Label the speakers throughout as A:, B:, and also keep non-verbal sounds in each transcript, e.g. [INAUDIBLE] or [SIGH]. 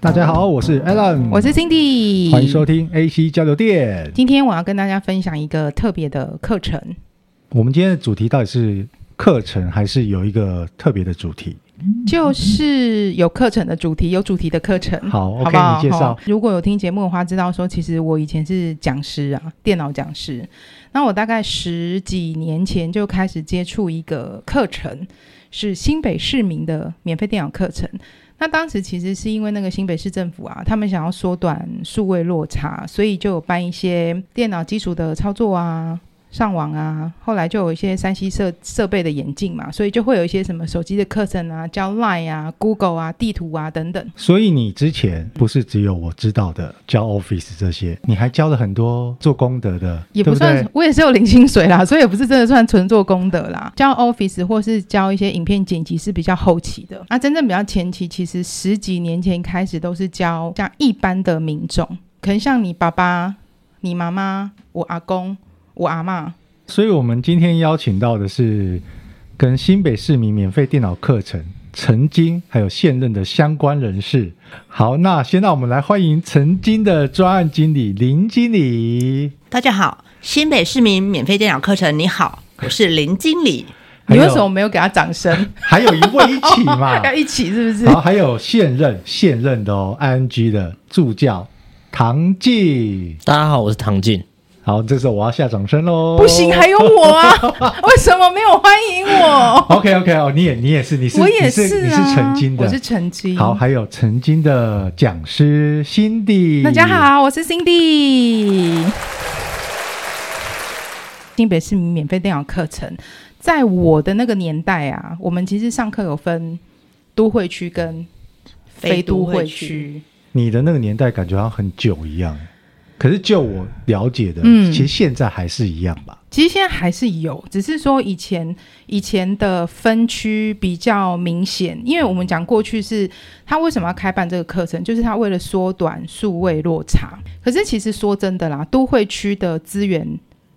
A: 大家好，我是 Alan，
B: 我是 Cindy，
A: 嗯欢迎收听 AC 交流电。
B: 今天我要跟大家分享一个特别的课程，
A: 我们今天的主题到底是课程，还是有一个特别的主题？
B: 就是有课程的主题，有主题的课程。
A: 好
B: 嗯好不好
A: OK，你介绍
B: 哦如果有听节目的话，知道说其实我以前是讲师啊，电脑讲师。那我大概十几年前就开始接触一个课程，是新北市民的免费电脑课程。那当时其实是因为那个新北市政府啊，他们想要缩短数位落差，所以就有办一些电脑基础的操作啊。上网啊，后来就有一些三 C 设设备的演进嘛，所以就会有一些什么手机的课程啊，教 Line 啊、Google 啊、地图啊等等。
A: 所以你之前不是只有我知道的教 Office 这些，你还教了很多做功德的，
B: 也不算，
A: 对不对
B: 我也是有领薪水啦， [LAUGHS] 所以也不是真的算纯做功德啦。教 Office 或是教一些影片剪辑是比较后期的，那、真正比较前期，其实十几年前开始都是教像一般的民众，可能像你爸爸、你妈妈、我阿公、我阿嬷。
A: 所以我们今天邀请到的是跟新北市民免费电脑课程。曾经还有现任的相关人士，好，那先让我们来欢迎曾经的专案经理林经理，
C: 大家好，新北市民免费电脑课程，你好，我是林经理。
A: 还
B: 你
A: 有
B: 为什么没有给他掌声？哦
A: 还有一位 [LAUGHS] 一起
B: [LAUGHS]
A: 嘛，哦
B: 要一起是不是
A: 然？后还有现任现任的哦，ING 的助教唐静。
D: 大家好，我是唐静。
A: 好，这时候我要下掌声喽。
B: 不行，还有我
A: [LAUGHS]
B: 啊！为什么没有欢迎我？
A: OK OK 哦，你也你也是你是
B: 我也
A: 你是你
B: 啊，
A: 是曾经的，
B: 我是曾经。
A: 好，还有曾经的讲师 Cindy。
B: 大家。好，我是 Cindy。新北市民免费电脑课程，在我的那个年代啊，我们其实上课有分都会区跟非都会区。
A: 你的那个年代感觉好像很久一样，可是就我了解的，
B: 嗯
A: 其实现在还是一样吧。
B: 其实现在还是有，只是说以前以前的分区比较明显，因为我们讲过去是他为什么要开办这个课程，就是他为了缩短数位落差。可是其实说真的啦，都会区的资源，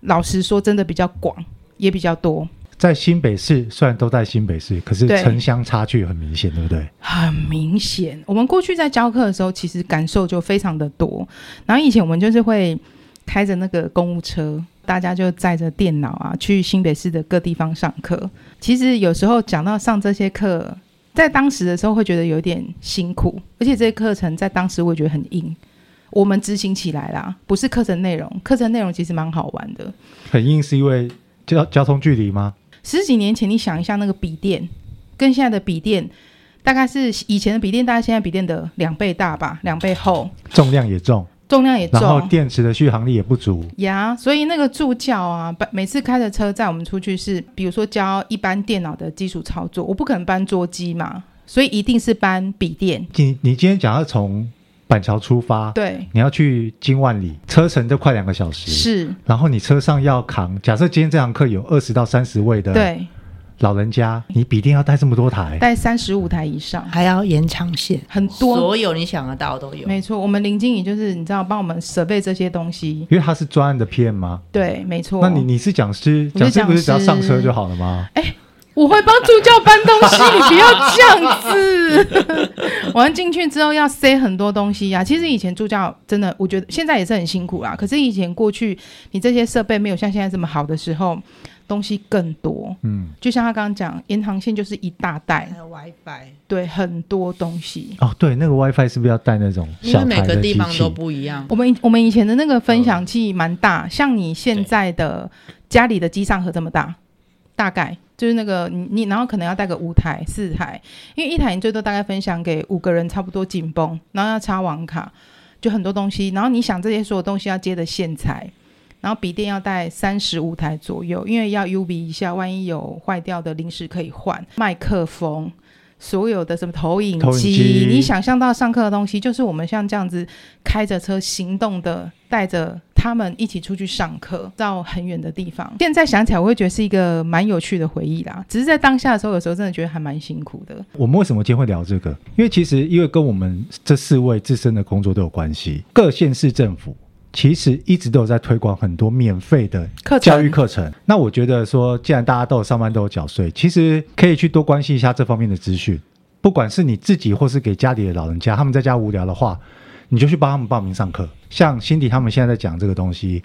B: 老实说真的比较广，也比较多，
A: 在新北市虽然都在新北市，可是
B: 对
A: 城乡差距很明显，对不对？
B: 很明显。我们过去在教课的时候，其实感受就非常的多。然后以前我们就是会开着那个公务车，大家就载着电脑啊，去新北市的各地方上课。其实有时候讲到上这些课，在当时的时候会觉得有点辛苦，而且这些课程在当时我也觉得很硬。我们执行起来啦，不是课程内容，课程内容其实蛮好玩的。
A: 很硬是因为交交通距离吗？
B: 十几年前，你想一下那个笔电，跟现在的笔电，大概是以前的笔电，大概现在笔电的两倍大吧，两倍厚，
A: 重量也重，
B: 重量也
A: 然后
B: 重。
A: 电池的续航力也不足。
B: 呀所以那个助教啊，把每次开着车载我们出去是，比如说教一般电脑的基础操作，我不可能搬桌机嘛，所以一定是搬笔电。
A: 你你今天讲要从板桥出发，
B: 对，
A: 你要去金万里，车程就快两个小时。
B: 是，
A: 然后你车上要扛，假设今天这堂课有二十到三十位的
B: 对，
A: 老人家，你必定要带这么多台。
B: 带三十五台以上，
C: 还要延长线，
B: 很多。
C: 所哦有你想得到都有。
B: 没错，我们林经理就是你知道帮我们设备这些东西，
A: 因为他是专案的 PM 吗？
B: 对，没错。
A: 那你你是讲师，
B: 我是
A: 讲师不是只要
B: 讲师
A: 上车就好了吗？
B: 我会帮助教搬东西，你不要这样子。 [LAUGHS] 完进去之后要塞很多东西呀、其实以前助教真的，我觉得现在也是很辛苦啦。可是以前过去，你这些设备没有像现在这么好的时候，东西更多。
A: 嗯，
B: 就像他刚刚讲，银行线就是一大袋，
C: 有 WiFi，
B: 对，很多东西。
A: 哦，对，那个 WiFi 是不是要带那种
C: 因为
A: 小
C: 每
A: 台
C: 个
A: 的机
C: 地方都
A: 器？
C: 不一样。
B: 我们以我们以前的那个分享器蛮大，像你现在的家里的机上盒这么大，大概就是那个你你，然后可能要带个五台四台，因为一台你最多大概分享给五个人，差不多紧绷，然后要插网卡，就很多东西，然后你想这些所有东西要接的线材。然后笔电要带三十五台左右，因为要 UV 一下，万一有坏掉的临时可以换。麦克风，所有的什么投影机，
A: 投影机
B: 你想象到上课的东西，就是我们像这样子开着车行动的，带着他们一起出去上课，到很远的地方。现在想起来，我会觉得是一个蛮有趣的回忆啦。只是在当下的时候，有时候真的觉得还蛮辛苦的。
A: 我们为什么今天会聊这个？因为其实因为跟我们这四位自身的工作都有关系。各县市政府其实一直都有在推广很多免费的
B: 课程
A: 教育课程。那我觉得说，既然大家都有上班都有缴税，其实可以去多关心一下这方面的资讯。不管是你自己或是给家里的老人家，他们在家无聊的话，你就去帮他们报名上课。像辛迪他们现在在讲这个东西，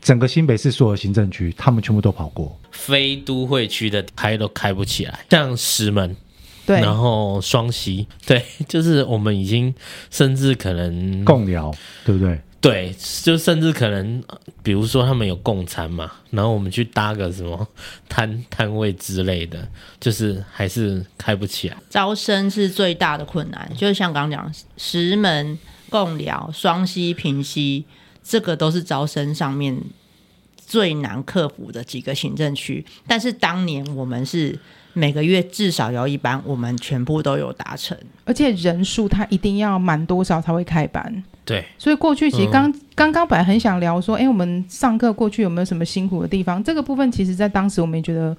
A: 整个新北市所有行政区，他们全部都跑过。
D: 非都会区的开都开不起来，像石门，
B: 对，
D: 然后双溪，对， [LAUGHS] 就是我们已经甚至可能
A: 共聊，对不对？
D: 对，就甚至可能，呃比如说他们有共餐嘛，然后我们去搭个什么 [LAUGHS] 摊摊位之类的，就是还是开不起来。
C: 招生是最大的困难，就是像刚刚讲石门、贡寮、双溪、平溪，这个都是招生上面最难克服的几个行政区。但是当年我们是每个月至少要一班，我们全部都有达成。
B: 而且人数它一定要满多少才会开班。
D: 对，
B: 所以过去其实
D: 嗯
B: 刚、刚刚本来很想聊说，哎，我们上课过去有没有什么辛苦的地方？这个部分其实在当时我们也觉得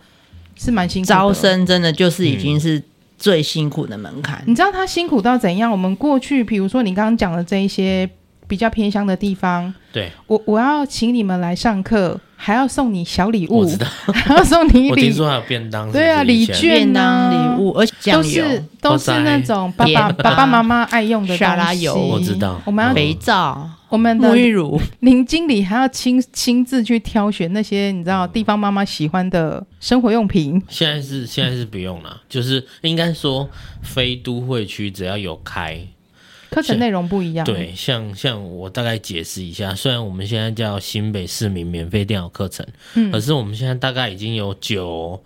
B: 是蛮辛苦的。
C: 招生真的就是已经是最辛苦的门槛。
B: 你知道他辛苦到怎样？我们过去，比如说你刚刚讲的这一些比较偏乡的地方，
D: 对
B: 我我要请你们来上课，还要送你小礼
D: 我
B: 物
D: 知，道，
B: 还要送你
D: 我听
B: 礼，
D: 说还有便当，
B: 对啊，
D: 是不是以
B: 礼
D: 前
B: 券
C: 当
B: 啊，
C: 礼物，而且
B: 都
C: 酱
B: 是
C: 油、
B: 都是那种爸爸
C: 盐巴
B: 爸爸妈妈爱用的东西
C: 沙拉油
D: 我知道嗯
B: 我们要
C: 肥皂、
B: 我们的
C: 沐浴乳，
B: 林经理还要亲亲自去挑选那些你知
D: 嗯
B: 道地方妈妈喜欢的生活用品。
D: 现在是现在是不用了，就是应该说非都会区只要有开，
B: 课程
D: 是
B: 内容不一样，，
D: 对，像像我大概解释一下，虽然我们现在叫新北市民免费电脑课程，
B: 嗯
D: 可是我们现在大概已经有九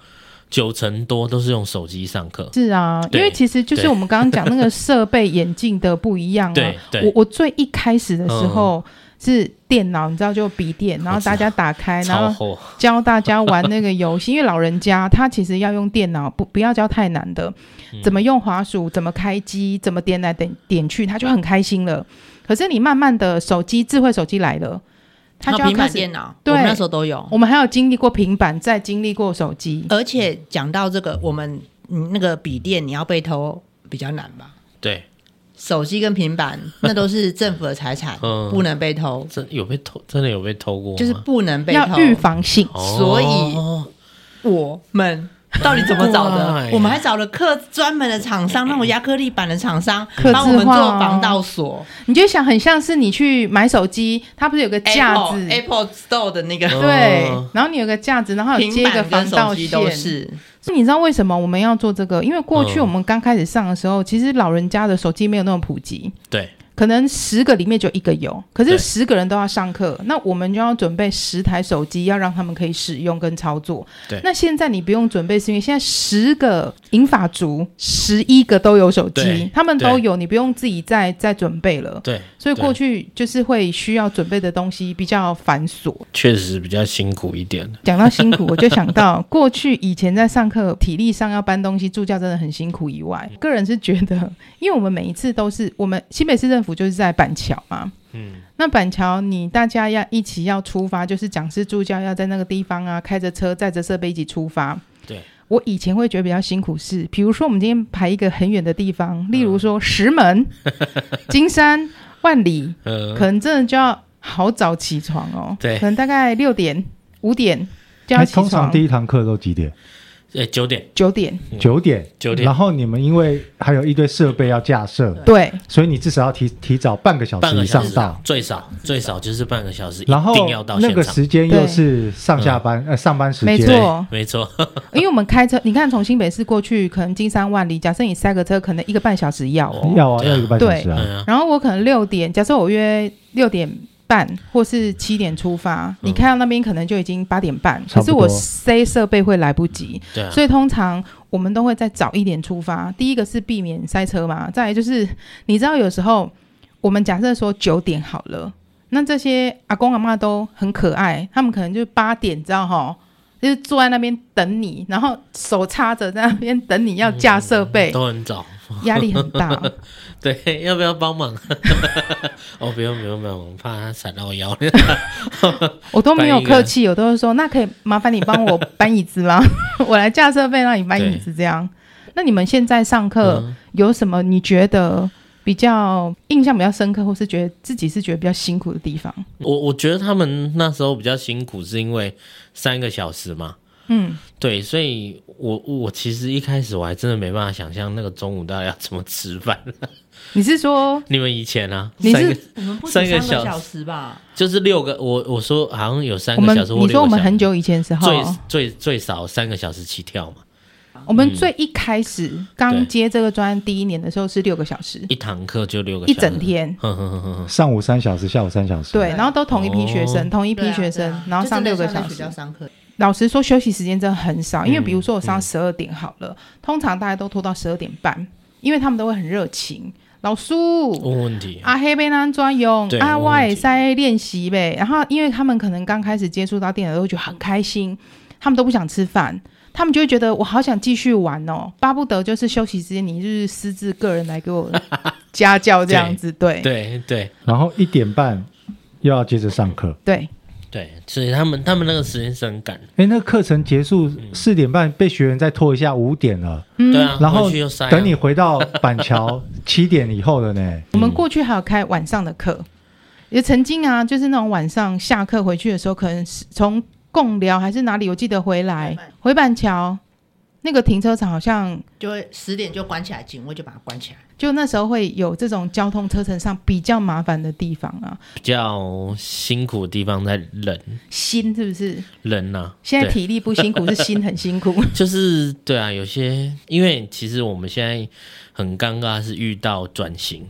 D: 九成多都是用手机上课，
B: 是啊，因
D: 对
B: 为其实就是
D: 对
B: 我们刚刚讲那个设备眼镜的不一样啊
D: 对。对嗯
B: 我我最一开始的时候是电脑，你知道就笔电，然后大家打开，哎然
D: 超
B: 后
D: 厚，
B: 教大家玩那个游戏，因为老人家他其实要用电脑，不不要教太难的，怎么用滑鼠，怎么开机，怎么点来点点去，他就很开心了。可是你慢慢的手机智慧手机来了，他就
C: 还
B: 要
C: 有平
B: 开
C: 板
B: 始
C: 电脑，
B: 对
C: 我们那时候都有。
B: 我们还有经历过平板，再经历过手机，
C: 而且讲到这个，我们嗯那个笔电你要被偷比较难吧？
D: 对，
C: 手机跟
B: [LAUGHS]
C: 平板那都是政府的财产，
D: 嗯
C: 不能被偷，
D: 真有被偷，真的有被偷过吗，
C: 就是不能被
B: 要
C: 偷。
B: 预防性。
D: 哦
C: 所以我们到底怎么找的
D: 对？
C: 我们还找了客专门的厂商，那种亚克力板的厂商
B: 客制化哦
C: 帮我们做防盗锁
B: 你就想很像是你去买手机，它不是有个架子
C: Apple 哎哦 Apple Store 的那个
D: 嗯
B: 对
D: 哦，
B: 然后你有个架子，然后有接
C: 平
B: 一个防
C: 板跟
B: 盗
C: 手机
B: 线。
C: 都是。
B: 你知道为什么我们要做这个？因为过去
D: 嗯
B: 我们刚开始上的时候，其实老人家的手机没有那么普及，
D: 对，
B: 可能十个里面就一个有，可是
D: 对
B: 十个人都要上课，那我们就要准备十台手机，要让他们可以使用跟操作。
D: 对
B: 那现在你不用准备，是因为现在十个银发族，十一个都有手机
D: 对，
B: 他们都
D: 对
B: 有，你不用自己再再准备了。
D: 对，
B: 所以
D: 对
B: 过去就是会需要准备的东西比较繁琐。
D: 确实比较辛苦一点。
B: 讲到辛苦，我就想到过去以前在上课，体力上要搬东西，助教真的很辛苦。以外，个人是觉得，因为我们每一次都是我们新北市政府就是在板桥嘛，嗯，那板桥你大家要一起要出发，就是讲师助教要在那个地方啊，开着车载着设备一起出发。
D: 对，
B: 我以前会觉得比较辛苦是，比如说我们今天排一个很远的地方，例如说石门、金山、万里，
D: 嗯、
B: 可能真的就要好早起床哦。
D: 对
B: 可能大概六点、五点就要
A: 哎
B: 起
A: 通常
B: 床，
A: 第一堂课都几点？
D: 呃，九点，
B: 九点。
D: 嗯
A: 九点。
D: 9点
A: 然后你们因为还有一堆设备要架设，
B: 对，
A: 所以你至少要提提早半个小
D: 半
A: 哦时以
D: 个小
A: 上
D: 时
A: 到。
D: 最少最少就是半个小时，
A: 然后
D: 一定要到现
A: 那
D: 场。
A: 个时间又是上下班呃上班时间，
B: 没
D: 对
B: 错，
D: 没错，
B: 因为我们开车，你看从新北市过去，可能金山万里，假设你塞个车，可能一个半小时要哦。
A: 要啊
D: [LAUGHS] 对啊
A: 要一个半小时啊，
D: 嗯啊，
B: 然后我可能六点，假设我约六点半或是七点出发，你开到那边可能就已经八点半，
A: 差
B: 可
A: 不
B: 是
A: 多
B: 我塞设备会来不及，
D: 对啊，
B: 所以通常我们都会再早一点出发。第一个是避免塞车嘛，再来就是你知道有时候我们假设说九点好了，那这些阿公阿妈都很可爱，他们可能就八点，你知道哈，就是坐在那边等你，然后手插着在那边等你要架设
D: [LAUGHS]
B: 备，
D: 都很早。
B: 压力很大。
D: 对， [LAUGHS] 要不要帮忙？哦，不用不用不用，我怕他闪到我腰。 [LAUGHS]
B: 我都没有
D: 搬一个
B: 客气，我都是说那可以麻烦你帮我搬椅子
D: [LAUGHS]
B: 吗？我来架设备让你搬椅子这样。那你们现在上课？
D: 嗯
B: 有什么你觉得比较印象比较深刻，或是觉得自己是觉得比较辛苦的地方？
D: 我我觉得他们那时候比较辛苦，是因为三个小时嘛，
B: 嗯，
D: 对，所以我我其实一开始我还真的没办法想象那个中午到底要怎么吃饭。 [LAUGHS]
B: 你是说
D: 你们以前呢、
B: 你
D: 三
B: 是
D: 个
C: 我们不止
D: 三
C: 三
D: 个
C: 个
D: 小
C: 小时吧？
D: 就是六个，我我说好像有三
B: 我
D: 个
B: 们
D: 小时或
B: 你说
D: 六
B: 我
D: 个
B: 们
D: 小时
B: 很，久以啊前的时候，嗯
D: 最最最少三个小时起跳嘛，
B: 我们最一开始刚
D: 对
B: 接这个专案第一年的时候是六个小时，
D: 一堂课就六个
B: 一
D: 小时，
B: 整。天。
D: 哼哼哼哼哼，
A: 上午三小时，下午三小时。啊
B: 对，然后都同一批学
D: 哦
B: 生，同一
C: 一
B: 批学生，
C: 啊
B: 然后上六个小
C: 学
B: 时
C: 校。上课，
B: 老实说，休息时间真的很少，因为
D: 嗯
B: 比如说我上十二点好了，通常大家都拖到十二点半，因为他们都会很热情。老叔，
D: [LAUGHS] 问问题。
B: 啊，黑被安专用
D: 哦对
B: 啊，
D: 我
B: 我
D: 忘
B: 也
D: 记
B: 在练习呗。然后，因为他们可能刚开始接触到电脑，都觉得很开心，他们都不想吃饭，他们就会觉得我好想继续玩哦，巴不得就是休息时间，你就是私自个人来给我家教这样子，对
D: [LAUGHS] 对对
A: 然后一点半又要接着上课。
B: 对
D: 对，所以他们他们那个时间是很赶，
A: 哎，那个课程结束
D: 嗯
A: 四点半，被学员再拖一下，五点了。
B: 嗯
D: 对啊，
A: 然后
D: 回去又塞啊
A: 等你回到板桥
D: [LAUGHS]
A: 七点以后了呢。
B: 我
D: 嗯
B: 们过去还有开晚上的课，也曾经啊，就是那种晚上下课回去的时候，可能是从贡寮还是哪里，我记得回来
C: 回板
B: 回板桥那个停车场好像
C: 就会十点就关起来，警卫就把它关起来。
B: 就那时候会有这种交通车程上比较麻烦的地方啊，
D: 比较辛苦的地方在人
B: 心是不是？
D: 人呐、
B: 现在
D: 对
B: 体力不辛苦，是心很辛苦。 [LAUGHS]
D: 就是对啊，有些因为其实我们现在很尴尬，是遇到转型，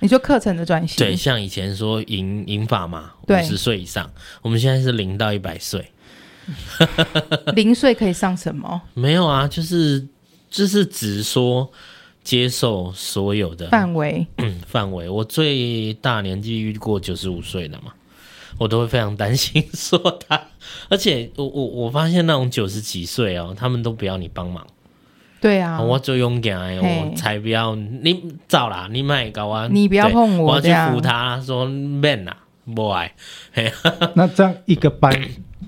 B: 你说课程的转型，
D: 对，像以前说银银法嘛，五
B: 对
D: 十岁以上，我们现在是零到一百岁，
B: 零碎可以上什么
D: 没有啊，就是就是只说接受所有的
B: 范围？
D: 嗯范围，我最大年纪遇过九十五岁的嘛，我都会非常担心 [LAUGHS] 说他，而且我我我发现那种九十几岁哦，他们都不要你帮忙。
B: 对啊，
D: 哦我最勇敢的，
B: 嘿
D: 我才不要你走啦，你卖搞啊，
B: 你不要
D: 对
B: 碰我
D: 我要
B: 这样
D: 去扶他，说 man 啦，不爱，
A: 那这样一个班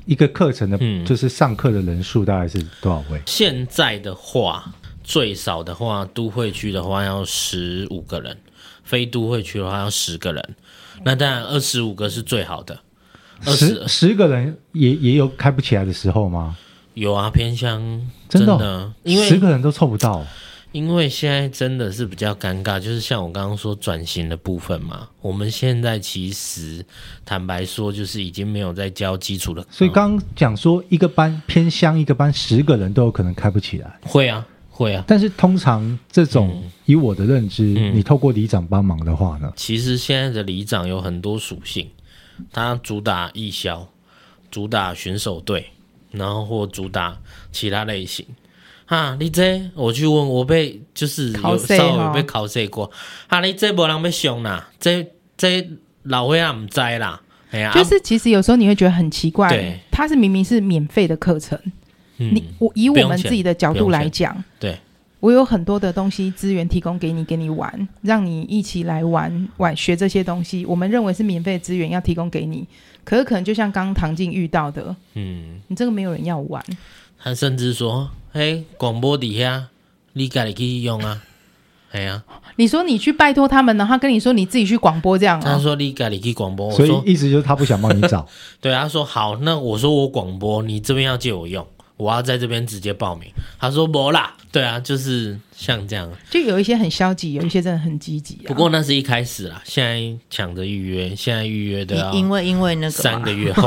A: 一个课程的，
D: 嗯
A: 就是上课的人数大概是多少位？
D: 现在的话，最少的话，都会区的话要十五个人，非都会区的话要十个人。那当然，二十五个是最好的。二十
A: 十十个人也也有开不起来的时候吗？
D: 有啊，偏乡
A: 真的
D: 的啊
A: 哦
D: 因
A: 十
D: 为
A: 个人都凑不到，
D: 因为现在真的是比较尴尬，就是像我刚刚说转型的部分嘛，我们现在其实坦白说，就是已经没有在教基础的，
A: 所以刚刚讲说一个班偏乡，一个班十个人都有可能开不起来。
D: 会啊会啊，
A: 但是通常这种，以我的认知，
D: 嗯
A: 你透过里长帮忙的话呢，
D: 其实现在的里长有很多属性，它主打义消，主打选手队，然后或主打其他类型。哈，你这我去问，我被就是
B: 考
D: 有
B: 试
D: 稍微
B: 哈
D: 有被考试过。哈，你这无人要上啦，这这老伙仔唔知啦，哎呀、啊
B: 就是其实有时候你会觉得很奇怪
D: 对，
B: 它是明明是免费的课程，你
D: 嗯，
B: 我以
D: 不
B: 我
D: 用
B: 们
D: 钱
B: 自己的角
D: 不
B: 度
D: 用
B: 来
D: 钱
B: 讲，
D: 对，
B: 我有很多的东西资源提供给你，给你玩，让你一起来玩玩学这些东西。我们认为是免费的资源要提供给你，可是可能就像刚刚唐静遇到的，
D: 嗯，
B: 你这个没有人要玩，
D: 他甚至说，嘿，广播底下你家己去用啊， [LAUGHS] 哎呀、
B: 你说你去拜托他们，然后他跟你说你自己去广播这样
D: 他
B: 啊、
D: 说你家己去广播，我
A: 所以
D: 说
A: 意思就是他不想帮你找，
D: [LAUGHS] 对，他说好，那我说我广播，你这边要借我用，我要在这边直接报名。他说没啦，对啊，就是像这样。
B: 就有一些很消极，有一些真的很积极、啊。
D: 不过那是一开始啦，现在抢着预约，现在预约的要
C: 因因为因为那个嘛
D: 啊三个月后，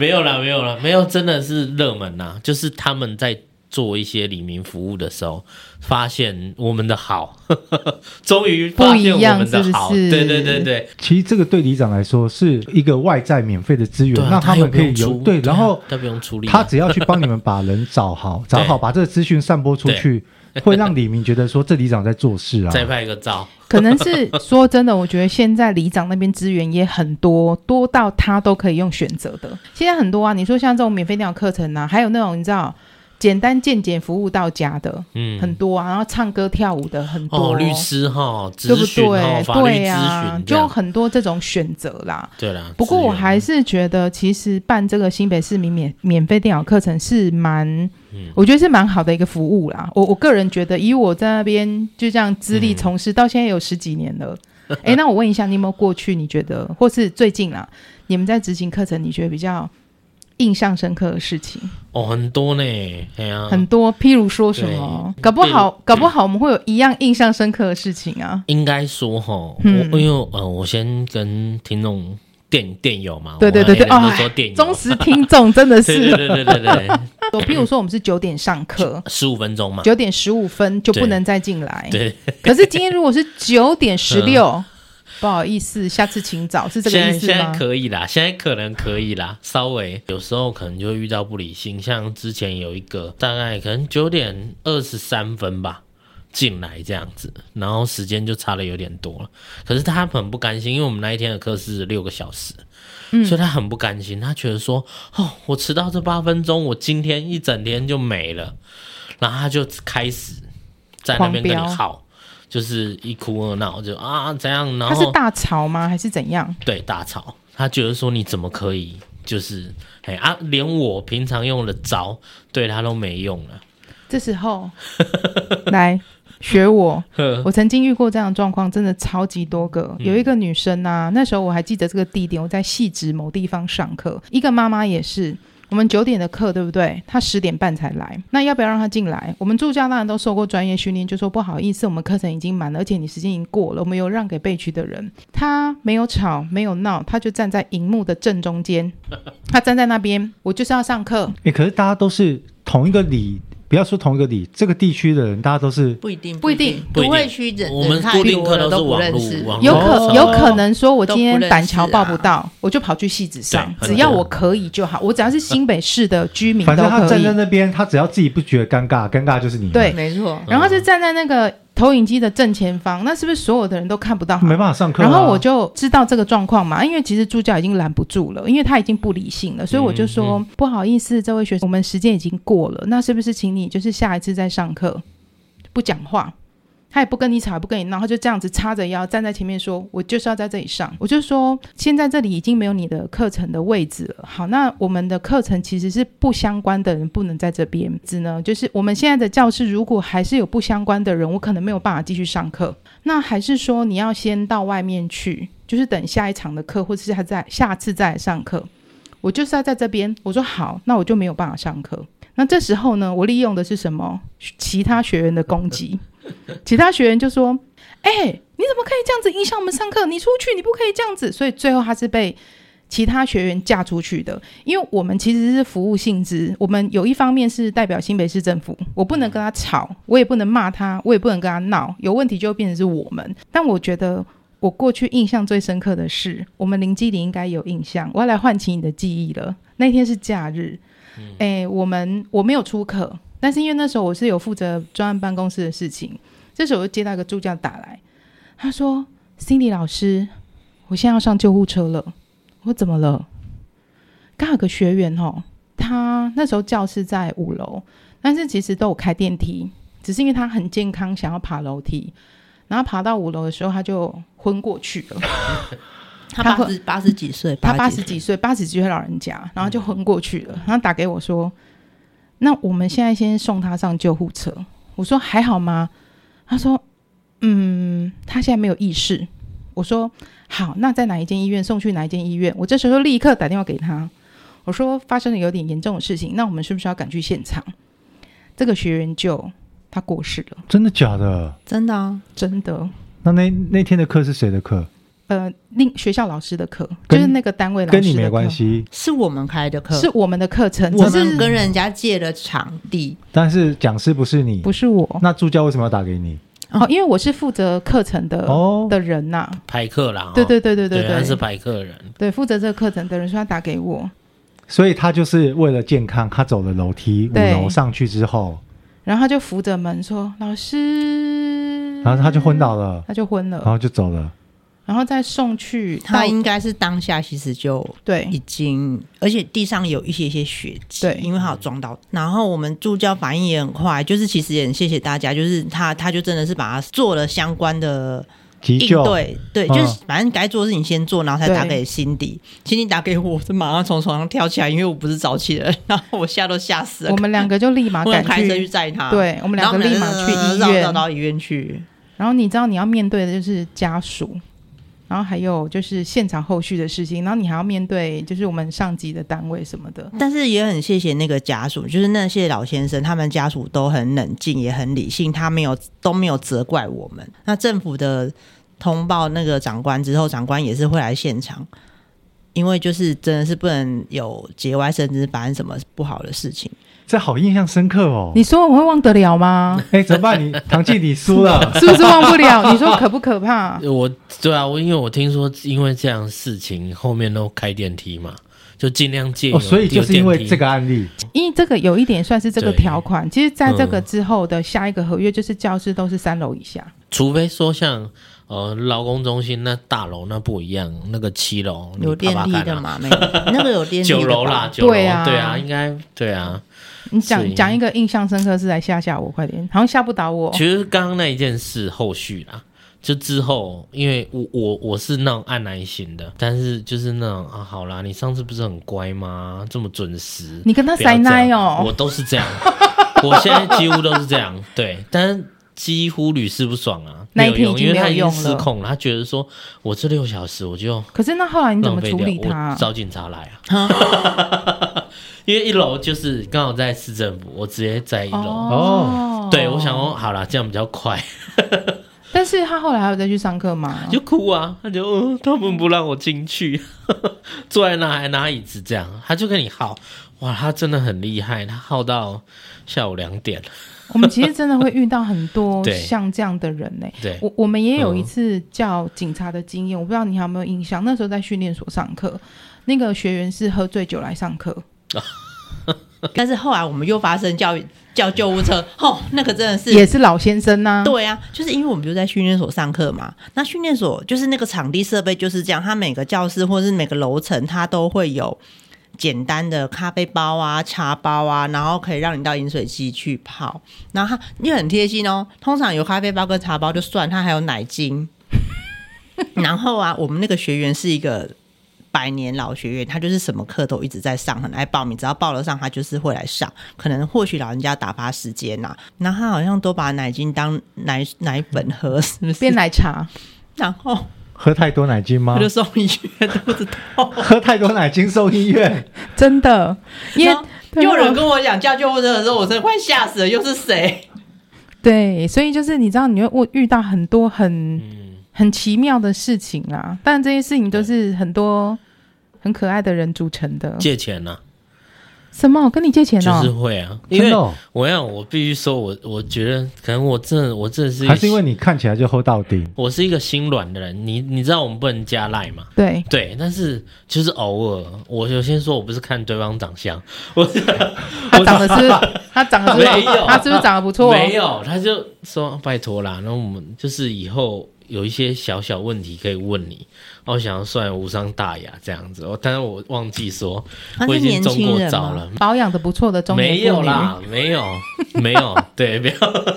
D: 没有啦，没有啦，没有，真的是热门啦，就是他们在。做一些里民服务的时候，发现我们的好， [LAUGHS] 终于发现我们的好，
B: 不一样是不是
D: 对对对对，
A: 其实这个对里长来说是一个外在免费的资源，
D: 对啊
A: 让他
D: 又
A: 们
D: 不
A: 可以
D: 用
A: 有
D: 出
A: 对，
D: 啊
A: 然后
D: 他不用出力啊，
A: 他只要去帮你们把人找好，找好，
D: [LAUGHS] 对
A: 把这个资讯散播出去，会让李明觉得说这里长在做事啊。
D: 再拍一个照，
B: 可能是说真的，我觉得现在里长那边资源也很多，多到他都可以用选择的。现在很多啊，你说像这种免费电脑课程啊，还有那种你知道简单健检服务到家的、
D: 嗯，
B: 很多啊，然后唱歌跳舞的很多，
D: 哦，律师哈，
B: 对不
D: 咨询哈，
B: 对？
D: 法律
B: 对
D: 咨
B: 啊，
D: 询这
B: 就
D: 样，啊
B: 很多这种选择啦。
D: 对啦。
B: 不过我
D: 资源
B: 还是觉得，其实办这个新北市民免免费电脑课程是蛮，
D: 嗯
B: 我觉得是蛮好的一个服务啦。我我个人觉得，以我在那边就这样资历
D: 嗯
B: 从事、到现在有十几年
D: [LAUGHS]
B: 了。哎、那我问一下，你有没有过去你觉得，或是最近啦，你们在执行课程，你觉得比较印象深刻的事情？
D: 哦，很多呢，哎呀、
B: 很多，譬如说什么，
D: 对
B: 搞不好，搞不好我们会有一样印象深刻的事情啊。
D: 应该说哈，
B: 嗯
D: 我因为呃，我先跟听众电电友嘛，
B: 对对对对，
D: 我
B: 哦
D: 们说电，友，
B: 忠实听众真的
D: 对
B: 是
D: 对对对对对，
B: 说譬如说我们是九点上课，
D: 十五分钟嘛，
B: 九点十五分就不
D: 对
B: 能再进来。
D: 对，嗯
B: 可是今天如果是九点十六，不好意思，下次请早，是这个
D: 现
B: 意
D: 在
B: 思
D: 现在
B: 吗？
D: 可以啦，现在可能可以啦，稍微有时候可能就会遇到不理性，像之前有一个大概可能九点二十三分吧进来这样子，然后时间就差的有点多了，可是他很不甘心，因为我们那一天的课是六个小时。
B: 嗯
D: 所以他很不甘心，他觉得说：“哦，我迟到这八分钟，我今天一整天就没了。”然后他就开始在那边跟你
B: 狂飙
D: 耗，就是一哭二闹，就啊怎样，然
B: 他
D: 后
B: 是大吵吗？还是怎样？
D: 对大吵，他觉得说你怎么可以就是哎啊，连我平常用的招对他都没用啊了。
B: 这时候来学我，
D: 呵
B: 我曾经遇过这样的状况，真的超级多个。有一个女生啊，那时候我还记得这个地点，我在细职某地方上课，一个妈妈也是。我们九点的课，对不对？她十点半才来，那要不要让她进来？我们助教当然都受过专业训练，就说不好意思，我们课程已经满了，而且你时间已经过了，我们有让给被区的人。她没有吵，没有闹，她就站在荧幕的正中间，她站在那边，我就是要上课，
A: 哎、可是大家都是同一个里，不要说同一个里，这个地区的人，大家都是
C: 不一定，
B: 不一定
C: 定，
D: 不一定
C: 会区人
D: 我们
C: 人太
D: 固定
C: 多
D: 课
C: 了
D: 都是
C: 不
D: 网
C: 认
D: 络
C: 识
D: 网
B: 有
D: 哦
B: 可有可能说，我今天
C: 都不认识啊
B: 板桥报不到，我就跑去戏子上
D: 对，很
B: 只要我可以就好，我只要是新北市的居民
A: 反
B: 都
A: 正他
B: 可
A: 站在
B: 以。
A: 那边，他只要自己不觉得尴尬，尴尬就是你。
B: 对
C: 没错，
B: 然后就站在那个投影机的正前方，那是不是所有的人都看不到？
A: 没办法上课、啊。
B: 然后我就知道这个状况嘛，因为其实助教已经拦不住了，因为他已经不理性了，所以我就说、不好意思，这位学生，我们时间已经过了，那是不是请你就是下一次再上课不讲话？他也不跟你吵，也不跟你闹，他就这样子叉着腰站在前面说：“我就是要在这里上。”我就说：“现在这里已经没有你的课程的位置了。好，那我们的课程其实是不相关的人不能在这边。只能就是我们现在的教室，如果还是有不相关的人，我可能没有办法继续上课。那还是说你要先到外面去，就是等下一场的课，或者是他在下次再来上课。我就是要在这边，我说好，那我就没有办法上课。那这时候呢，我利用的是什么？其他学员的攻击，其他学员就说：“哎、你怎么可以这样子影响我们上课？你出去，你不可以这样子。”所以最后他是被其他学员架出去的，因为我们其实是服务性质，我们有一方面是代表新北市政府，我不能跟他吵，我也不能骂他，我也不能跟他闹，有问题就会变成是我们。但我觉得。我过去印象最深刻的是，我们林基里应该有印象。我要来唤起你的记忆了。那天是假日，哎、我们我没有出课，但是因为那时候我是有负责专案办公室的事情，这时候我就接到一个助教打来，他说：“Cindy 老师，我现在要上救护车了。”我说怎么了？刚好有个学员哦，他那时候教室在五楼，但是其实都有开电梯，只是因为他很健康，想要爬楼梯，然后爬到五楼的时候他就昏过去 [LAUGHS] 了。
C: 他
B: 他会
C: 八十八十几岁，
B: 他八
C: 80
B: 十几岁，嗯八十几岁老人家，然后就昏过去了。然后打给我说：“那我们现在先送他上救护车。”我说：“还好吗？”他说：“嗯，他现在没有意识。”我说：“好，那在哪一间医院送去哪一间医院？”我这时候就立刻打电话给他，我说：“发生了有点严重的事情，那我们是不是要赶去现场？”这个学员就他过世了，
A: 真的假的？
C: 真的啊，
B: 真的。
A: 那那那天的课是谁的课？
B: 呃，另学校老师的课就
A: 跟
B: 是那个单位老师
A: 跟
B: 的课，
A: 你没关，系，
C: 是我们开的课，
B: 是我们的课程，
C: 嗯我
B: 只是
C: 们跟人家借了场地，
A: 但是讲师不是你。
B: 不是我
A: 那助教为什么要打给你？
B: 哦，因为我是负责课程的、
A: 哦
B: 的人呐、
D: 排课啦，哦
B: 对对对对
D: 对
B: 对
D: 他是
B: 对，
D: 排课人，
B: 对负责这个课程的人说他打给我，
A: 所以他就是为了健康，他走了楼梯，五
B: 对
A: 楼上去之后，
B: 然后他就扶着门说老师，
A: 然后他就昏倒哦了，
B: 他就昏
A: 然
B: 了，
A: 后就走了。
B: 然后再送去到
C: 他应该是当下其实就
B: 对
C: 已经，而且地上有一些一些血迹，
B: 对
C: 因为他有撞到。然后我们助教反应也很快，就是其实也很谢谢大家，就是他他就真的是把他做了相关的
A: 急
C: 应
A: 救，
C: 对，对，
A: 嗯
C: 就是反正该做的事情先做，然后才
B: 对
C: 打给辛迪。辛迪打给我，我是马上从床上跳起来，因为我不是早起人，然后我吓都吓死了
B: 我，们两个就立马
C: 我
B: 赶
C: 开车去
B: 去，
C: 载他，，
B: 对我们
C: 然
B: 两
C: 后
B: 个立马去医
C: 绕绕
B: 院，
C: 到医院去。
B: 然后你知道你要面对的就是家属，然后还有就是现场后续的事情，然后你还要面对就是我们上级的单位什么的。
C: 但是也很谢谢那个家属，就是那些老先生，他们家属都很冷静，也很理性，他没有都没有责怪我们。那政府的通报那个长官之后，长官也是会来现场，因为就是真的是不能有节外生枝，发生什么不好的事情。
A: 这好印象深刻哦。
B: 你说我会忘得了
D: [LAUGHS]
B: 吗？
A: 哎，怎么办？你唐静，你输
B: [LAUGHS]
A: 了。
B: 是不是忘不了？你说可不可怕？
D: 我对啊，我因为我听说，因为这样的事情后面都开电梯嘛，就尽量借有、
A: 哦，所以就是因
D: 有
A: 为
D: 电梯
A: 这个案例，
B: 因为这个有一点算是这个
D: 对
B: 条款，其实在这个
D: 嗯
B: 之后的下一个合约就是教室都是三楼以下。
D: 除非说像呃劳工中心那大楼那不一样，那个七楼你
C: 有
D: 啪
C: 电
D: 啪
C: 梯
D: 看
C: 的
D: 啊？
C: 嘛？没有，那个有电梯的吧
D: 九楼啦，，九楼
B: 对啊
D: 对啊，应该对啊。
B: 你
D: 是
B: 讲讲一个印象深刻是来吓吓我，快点，好像吓不倒我。
D: 其实刚刚那一件事后续啦，就之后，因为我我我是那种按耐型的，但是就是那种啊，好啦，你上次不是很乖吗？这么准时，
B: 你跟他
D: 不要
B: 塞
D: 这
B: 奶
D: 样
B: 哦
D: 我都
B: [LAUGHS]
D: 是这样，我现在几乎都是这样，对，但是。几乎屡试不爽啊，
B: 那
D: 没
B: 一天
D: 有用，
B: 已经
D: 因为他
B: 没
D: 已
B: 有用
D: 经失
B: 了
D: 控了。他觉得说，我这六小时我就
B: 可是那后来你怎
D: 浪
B: 么
D: 费
B: 处
D: 掉，
B: 理
D: 我
B: 他？
D: 找警察来啊。 [LAUGHS] 因为一楼就是刚好在市政府，我直接在一楼。
A: 哦
D: 对，我想说好啦，这样比较快。
B: 哦但是他后来还有再去上课吗？
D: 就哭啊，他就、呃、他们不让我进去， [LAUGHS] 坐在那还拿椅子这样，他就跟你耗，哇，他真的很厉害，他耗到下午两点，
B: [LAUGHS] 我们其实真的会遇到很多
D: [LAUGHS] 对
B: 像这样的人呢、
D: 对，
B: 我我们也有一
D: 嗯
B: 次叫警察的经验，我不知道你还有没有印象。那时候在训练所上课，那个学员是喝醉酒来上课，
C: 但是后来我们又发生叫叫救护车，哦，那个真的是
B: 也是老先生呐、
C: 对啊，就是因为我们就在训练所上课嘛。那训练所就是那个场地设备就是这样，它每个教室或是每个楼层，它都会有简单的咖啡包啊、茶包啊，然后可以让你到饮水机去泡。然后它因为很贴心哦，通常有咖啡包跟茶包就算，它还有奶精。然后啊，我们那个学员是一个百年老学员，他就是什么课都一直在上，很爱报名，只要报了上，他就是会来上。可能或许老人家打发时间呐、然后他好像都把奶精当奶奶粉喝，是不
B: 变
C: 是？
B: 奶茶，
C: 然后
A: 喝太多奶精吗
C: 他就？送医院，肚子痛。
A: [LAUGHS] 喝太多奶精送医院，
B: 真的，因
C: 然
B: 为
C: 后有人
B: 对
C: 跟我讲叫救护车的时候，我真的快吓死了，又是谁？
B: 对，所以就是你知道，你会我遇到很多很、
D: 嗯
B: 很奇妙的事情啦，但这些事情都是很多很可爱的人组成的。
D: 借钱呐、
B: 什么？我跟你借钱
D: 就
B: 哦？
D: 是会啊， [LAUGHS] 因
A: 真
D: 为
A: 的哦、
D: 我要我必须说我，我觉得可能我真的我真的是一个
A: 还是因为你看起来就喝到底，
D: 我是一个心软的人，你你知道我们不能加赖嘛。
B: 对，
D: 对，但是就是偶尔，我有先说我不是看对方长相，我 [LAUGHS] 是
B: 他长得是不是他长得是不
D: 没
B: 是
D: 有
B: 他是不是长得不错？哦
D: 没有，他就说拜托啦，然后我们就是以后有一些小小问题可以问你，我想要算无伤大雅这样子，哦，但是我忘记说
B: 啊
C: 他
D: [LAUGHS] 我
C: 是
D: 已经
C: 年
D: 中
C: 轻
D: 过
C: 人
D: 招
C: 嘛，
D: 了。
B: 保养的不错的中年
D: 没
B: 妇
D: 有
B: 女，
D: 啦，没有，没有， [LAUGHS] 对，没有，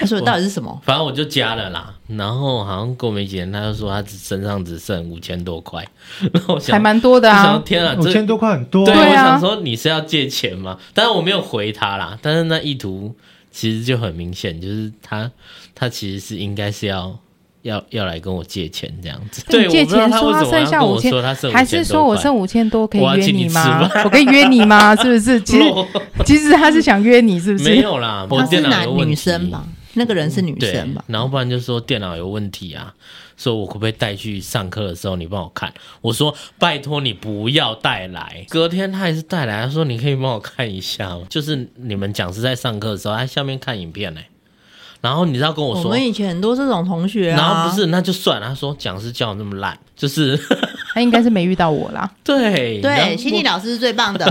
C: 他说到底是什么？
D: 反正我就加了啦。然后好像过没几天，他就说他只身上只剩五千多块， [LAUGHS] 然后我想，
B: 还蛮多的
D: 我想
B: 啊
D: 说。天啊，
A: 哦五
D: 这
A: 千多块很多
D: 对，
A: 啊。
B: 啊
D: 我想说你是要借钱吗？但是我没有回他啦。但是那意图其实就很明显，就是他他其实是应该是要要要来跟我借钱这样子。
B: 那你借
D: 对，我不知道
B: 钱
D: 他
B: 说
D: 为
B: 他
D: 什么
B: 剩
D: 要
B: 下
D: 跟
B: 五
D: 我
B: 千
D: 说他剩
B: 还是说我剩
D: 五
B: 五千多可以
D: 我要
B: 约
D: 请你
B: 吗
D: 吃？
B: 我可以约你吗？是不是？其
D: 千
B: 实
D: 多块？
B: 其实他是想约你，是不
D: [LAUGHS] 没
B: 是？
D: 有啦，我
C: 他是
D: 电脑
C: 男
D: 有问题嗯
C: 女生吧？？那个人是女
D: 对
C: 生吧？，
D: 然后不然就说电脑有问题啊，说我可不可以带去上课的时候你帮我看？我说拜托你不要带来。隔天他还是带来，他说你可以帮我看一下吗？就是你们讲师在上课的时候，他下面看影片呢、然后你知道跟我
C: 我
D: 说，
C: 们以前很多这种同学啊，
D: 然后不是那就算了，他说讲师教我那么烂，就是 [LAUGHS]
B: 他应该是没遇到我啦，
D: 对
C: 对，心理
D: 然
C: 老师是最棒
D: [LAUGHS]
C: 的。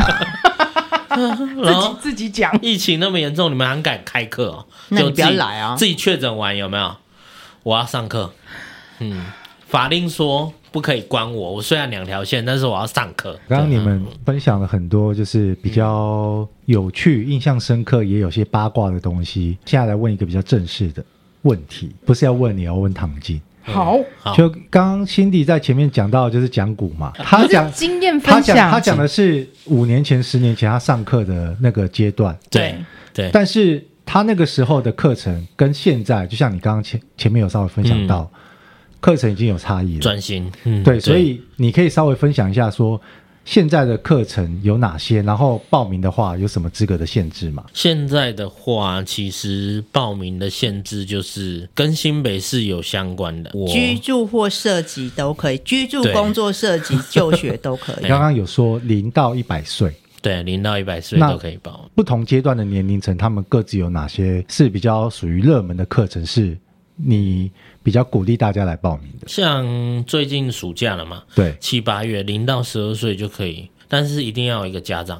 D: 后
B: 自
D: 然
B: 己
D: 后
B: 自己讲。
D: [LAUGHS] 疫情那么严重，你们还敢开课、哦？
C: 那
D: 就
C: 你不要
D: 自己
C: 来啊！
D: 自己确诊完有没有？我要上课。嗯，法令说不可以关我，我虽然两条线，但是我要上课。
A: 刚刚你们分享了很多，就是比较有趣、印象深刻，也有些八卦的东西。现在来问一个比较正式的问题，不是要问你，要问唐晶。
D: 嗯
B: 好，
D: 好
A: 就刚刚辛迪在前面讲到，就是讲股嘛，
D: 啊
A: 他讲
B: 经验
A: 他
B: 分
A: 讲
B: 享，
A: 他讲的是五年前、十年前他上课的那个阶段，
D: 对对
A: 但是他那个时候的课程跟现在，就像你刚刚前前面有稍微分享到，课程已经有差异了。
D: 专心，嗯，
A: 对，所以你可以稍微分享一下说。现在的课程有哪些？然后报名的话有什么资格的限制吗？
D: 现在的话，其实报名的限制就是跟新北市有相关的，我
C: 居住或涉及都可以，居住、
D: 对
C: 工作、涉及、就学都可以。
A: 刚
D: 哎
A: 刚有说零到一百岁，
D: 对零到一百岁
A: 那
D: 都可以报。
A: 不同阶段的年龄层，他们各自有哪些是比较属于热门的课程？是你比较鼓励大家来报名的？
D: 像最近暑假了嘛，
A: 对，
D: 七八月零到十二岁就可以，但是一定要有一个家长，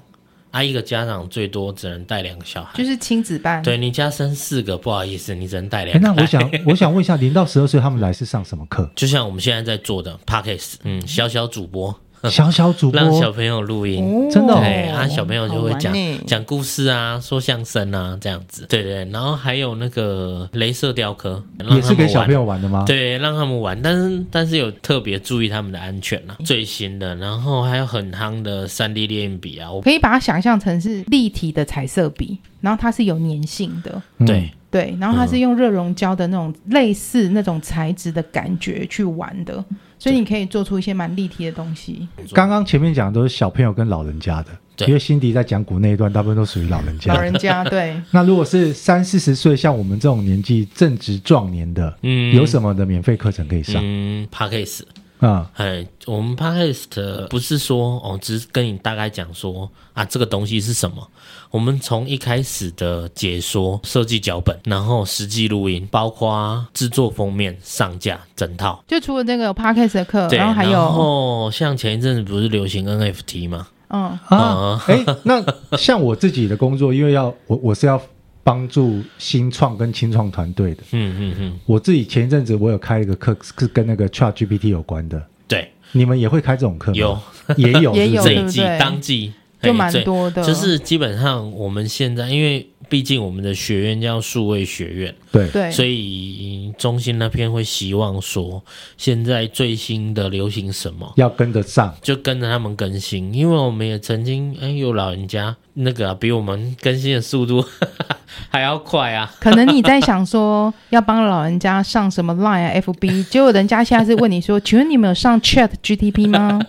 D: 啊，一个家长最多只能带两个小孩。
B: 就是亲子班，
D: 对你家生四个，不好意思，你只能带
A: 哎，
D: 两个。？
A: 那我想，我想问一下，零到十二岁他们来是上什么课
D: [LAUGHS] 就像我们现在在做的 podcast，嗯，小小主播
A: 小小主
D: 让小
A: 播，
D: 朋友录音，
B: 哦
A: 真的哦欸
D: 对，啊，小朋友就会讲
C: 好玩呢
D: 讲故事啊，说相声啊，这样子。对对，然后还有那个镭射雕刻，让
A: 也
D: 他
A: 是
D: 们
A: 给小
D: 玩
A: 朋友玩的啊吗？，
D: 对，让他们玩，但是但是有特别注意他们的安全啊，最新的，然后还有很夯的三 D 猎印笔啊，我
B: 可以把它想象成是立体的彩色笔，然后它是有粘性的，
A: 嗯
D: 对，
B: 对，然后它是
D: 嗯
B: 用热熔胶的那种类似那种材质的感觉去玩的，所以你可以做出一些蛮立体的东西。
A: 刚刚前面讲的都是小朋友跟老人家的，
D: 对
A: 因为辛迪在讲古那一段，大部分都属于老人家
B: 老。人家对，
A: 那如果是三四十岁，像我们这种年纪正值壮年的，
D: 嗯
A: 有什么的免费课程可以上？
D: 嗯 p a c k a s e
A: 嗯，
D: 哎，我们 podcast 不是说哦，只是跟你大概讲说啊，这个东西是什么。我们从一开始的解说、设计脚本，然后实际录音，包括制作封面、上架整套。
B: 就除了这个 podcast 的课，
D: 对，
B: 呃然后还
D: 然
B: 有
D: 后像前一阵子不是流行 NFT 吗？
B: 嗯，
A: 啊，哎、那像我自己的工作，因为要我我是要帮助新创跟清创团队的。
D: 嗯嗯嗯，
A: 我自己前一阵子我有开一个课，是跟那个 Chat GPT 有关的。
D: 对，
A: 你们也会开这种课吗？
D: 嗯有，
A: 也
D: [LAUGHS]
A: 有，
B: 也
A: 是不
B: 有
A: 是
D: 这
B: 对
D: 一
B: 不
D: 季
B: 对
D: 当季
B: 就
D: 哎
B: 蛮
D: 这
B: 多的，
D: 就是基本上我们现在，因为毕竟我们的学院叫数位学院，
A: 对
B: 对，
D: 所以中心那边会希望说，现在最新的流行什么，
A: 要跟得上。
D: 就跟着他们更新。因为我们也曾经，哎，有老人家那个啊、比我们更新的速度 [LAUGHS] 还要快啊。
B: 可能你在想说要帮老人家上什么 Line 啊、FB，结果人家现在是问你说，请问你们有上 Chat GTP
D: [LAUGHS]
B: 吗？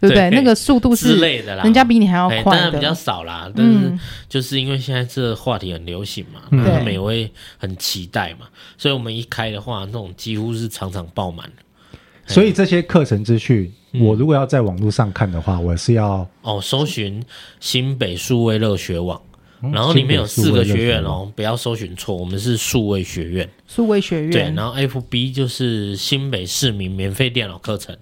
B: 对不对？
D: 对
B: 那个速度
D: 之
B: 是
D: 类的啦，
B: 人家比你还要
D: 哎当
B: 快
D: 然比较
B: 的。
D: 少啦，但是
B: 嗯，
D: 就是因为现在这个话题很流行嘛，
A: 嗯
D: 那他们也会很期待嘛，所以我们一开的话，那种几乎是场场爆满。
A: 所以这些课程资讯，
D: 嗯
A: 我如果要在网络上看的话，我是要
D: 哦，搜寻新北数位乐学网，
B: 嗯
D: 然后里面有四个学院。哦，不要搜寻错，我们是数位学院。
B: 数位学
D: 对，
B: 院
D: 然，后 FB 就是新北市民免费电脑课程，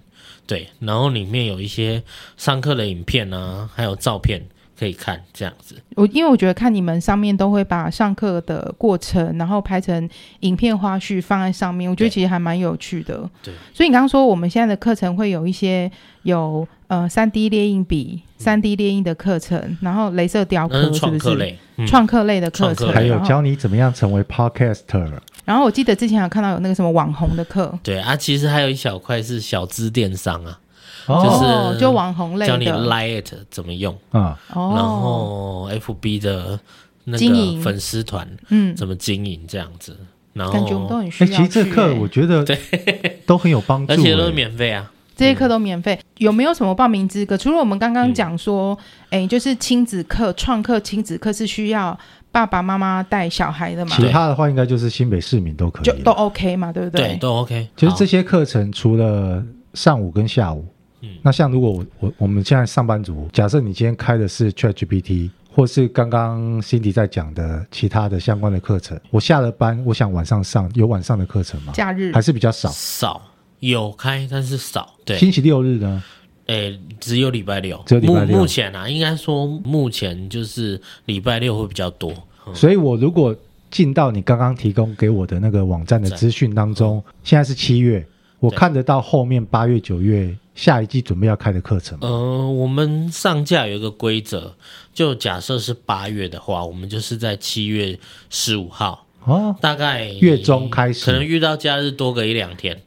D: 对，然后里面有一些上课的影片啊，还有照片可以看，这样子。
B: 我因为我觉得看你们上面都会把上课的过程，然后拍成影片花絮放在上面，我觉得
D: 对
B: 其实还蛮有趣的。
D: 对，
B: 所以你刚刚说我们现在的课程会有一些有呃三 D 列印笔、三 D 列印的课程，然后镭射雕
D: 嗯那
B: 刻，
D: 是
B: 是
D: 创
B: 不
D: 客
B: 是？
D: 类，嗯
B: 创客类的课程，
D: 创客
A: 还
D: 类
A: 有
B: 然后
A: 教你怎么样成为 podcaster，
B: 然后我记得之前还有看到有那个什么网红的课，
D: 对啊，其实还有一小块是小资电商啊，
A: 哦
B: 哦、就网红类
D: 教你
B: 的，
D: Lite 怎么用，
A: 啊，
B: 哦，
D: 然后 FB 的那
B: 经
D: 个
B: 营
D: 粉丝团
B: 嗯，
D: 怎么哦经营这样子，然
B: 感觉我们都
D: 后
B: 很需
A: 哎，
B: 要
A: 其
B: 去、欸。
A: 实这课我觉得 [LAUGHS] 都很有帮助，
D: 而且都是
A: 哎
D: 免费啊，
B: 这些课都免费，有没有什么报名资格？除了我们刚
A: 嗯
B: 刚讲说，哎、就是亲子课、创客亲子课是需要爸爸妈妈带小孩的嘛，
A: 其他的话应该就是新北市民都可以
B: 就
A: 了，
B: 都 OK 嘛，对不
D: 对，都 OK 好。
A: 其实这些课程除了上午跟下午，
D: 嗯
A: 那像如果我我我们现在上班族，假设你今天开的是 ChatGPT，或是刚刚 Cindy 在讲的其他的相关的课程，我下了班，我想晚上上，有晚上的课程吗？
B: 假日
A: 还是比较少。
D: 少有开，但是少。对，
A: 星期六日呢？
D: 诶，只有礼拜六，
A: 只有礼拜六
D: 目目前啊，应该说目前就是礼拜六会比较多。嗯
A: 所以我如果进到你刚刚提供给我的那个网站的资讯当中，现在是七月，我
D: 对
A: 看得到后面八月、九月下一季准备要开的课程吗？
D: 呃，我们上架有一个规则，就假设是八月的话，我们就是在七月十五号，
A: 哦，
D: 大概
A: 月中开始
D: 可能遇到假日多个一两天，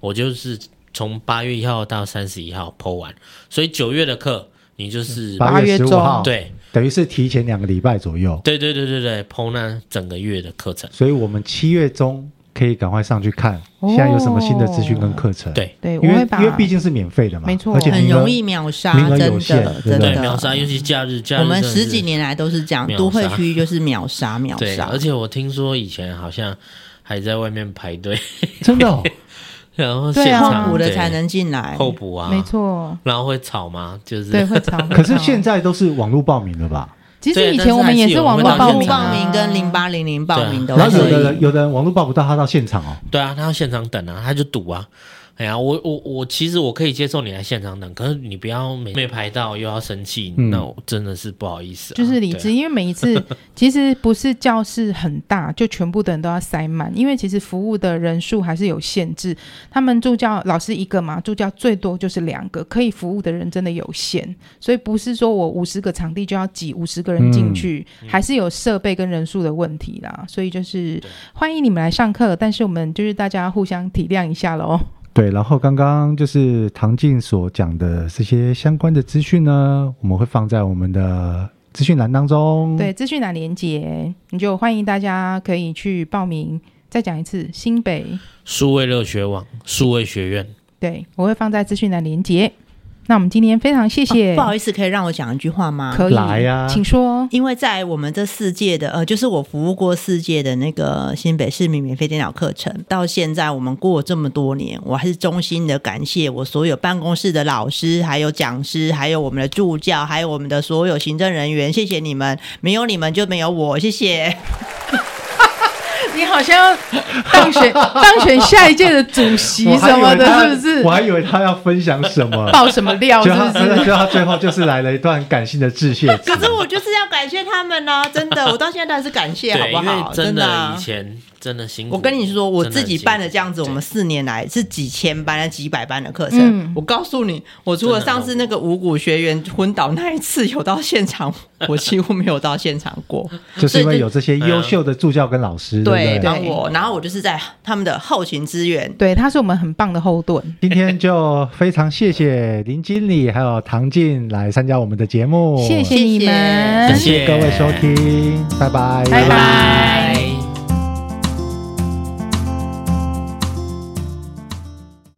D: 我就是从八月一号到三十一号剖完，所以九月的课你就是
A: 八
B: 月
A: 月十五
B: 中
A: 号，，
D: 对
A: 等于是提前两个礼拜左右。
D: 对对对对对剖那整个月的课程，
A: 所以我们七月中可以赶快上去看，现在有什么新的资讯跟课程。
D: 对
B: 对，我
A: 因为
B: 会把
A: 因为毕竟是免费的嘛，
B: 没错
A: 而且
C: 很
A: 名额
C: 容易秒杀，
A: 名额
C: 真
A: 有限
C: 的
A: 真
C: 真
A: 的
D: 对
C: 的
D: 秒杀，尤其假日假日
C: 啊我们
D: 真的是
C: 十几年来都是这样，
D: 秒杀
C: 都会区就是秒杀秒
D: 对，
C: 杀
D: 而，且我听说以前好像还在外面排队， [LAUGHS]
A: 真的哦，
D: 然后
B: 对
D: 现
B: 啊
D: 场
C: 候补的
D: 对
C: 才能进来。
D: 候补啊，
B: 没，错，
D: 然后会吵吗？就是
B: 对，会吵。
A: 可是现
B: 在，
A: 在都是网络报名了吧？
B: 其实
D: 对
B: 以
D: 但是
B: 前我们
D: 还是
B: 也是
D: 有
B: 网
D: 人
B: 络
D: 会到
B: 报
D: 现
B: 名
D: 场
C: 报
B: 啊
C: 名跟零八零零报名都
A: 然后有
C: 可
A: 的
C: 以
A: 人，有的人网络报不到，他到现场哦，
D: 对啊，他要现场等啊，他就赌啊。哎呀，我我我其实我可以接受你来现场等，可是你不要没没排到又要生气，
A: 嗯
D: 那我真的是不好意思、啊。
B: 就是理智，
D: 对啊
B: 因为每一
D: [LAUGHS]
B: 次其实不是教室很大，就全部的人都要塞满，因为其实服务的人数还是有限制。他们助教老师一个嘛，助教最多就是两个，可以服务的人真的有限，所以不是说我五十个场地就要挤五十个人
D: 嗯
B: 进去，还是有设备跟人数的问题啦。所以就是欢迎你们来上课，但是我们就是大家互相体谅一下喽。
A: 对，然后刚刚就是唐静所讲的这些相关的资讯呢，我们会放在我们的资讯栏当
D: 嗯
A: 中。
B: [LAUGHS] 对，，资讯栏连接，你就欢迎大家可以去报名。再讲一次，新北
D: 数位乐学网、数位学院，
B: 对，我会放在资讯栏连接。那我们今天非常谢谢，
C: 不好意思，可以让我讲一句话吗？
B: 可以
A: 来呀
B: 请说。
C: 因为在我们这四届的，呃，就是我服务过四届的那个新北市民免费电脑课程，到现在我们过了这么多年，我还是衷心的感谢我所有办公室的老师，还有讲师，还有我们的助教，还有我们的所有行政人员，谢谢你们，没有你们就没有我，谢
D: [LAUGHS]
C: 谢。
B: 你好像要当 [LAUGHS] 选当选下一届的主席
A: 我还
B: 什
A: 以为
B: 么的，
A: 他
B: 是不是
A: 我？还以为他要分享什
B: [LAUGHS]
A: 么，
B: 爆什么料
A: 就是他
B: 不是？
A: 就他最后就是来了一段感性的致谢词
C: 可。是我就是要感谢他们呢、真的，我到现在还是感谢，好
D: 对，
C: 不
D: 因
C: 好？
D: 为真
C: 的
D: 的
C: 啊
D: 以前真的辛苦。
C: 我跟你说，我
D: 真的
C: 自
D: 很
C: 己
D: 辛
C: 办
D: 苦
C: 了这样子，我们
D: 对
C: 四年来是几千班、几百班的课程。
B: 嗯
C: 我告诉你，我除了上次那个五谷学员昏倒那一次有到现场，我几乎没有到现场过。
A: 就是因为有这些优秀的助教跟老师，对
C: 对，
A: 不
B: 对
A: 对？
C: 帮我，然后我就是在他们的后勤支援。
B: 对，他是我们很棒的后盾。
A: 今天就非常谢谢林经理还有唐静来参加我哦们的节目，
B: 谢你们，
D: 谢谢
A: 各位收听，拜拜
B: 拜拜。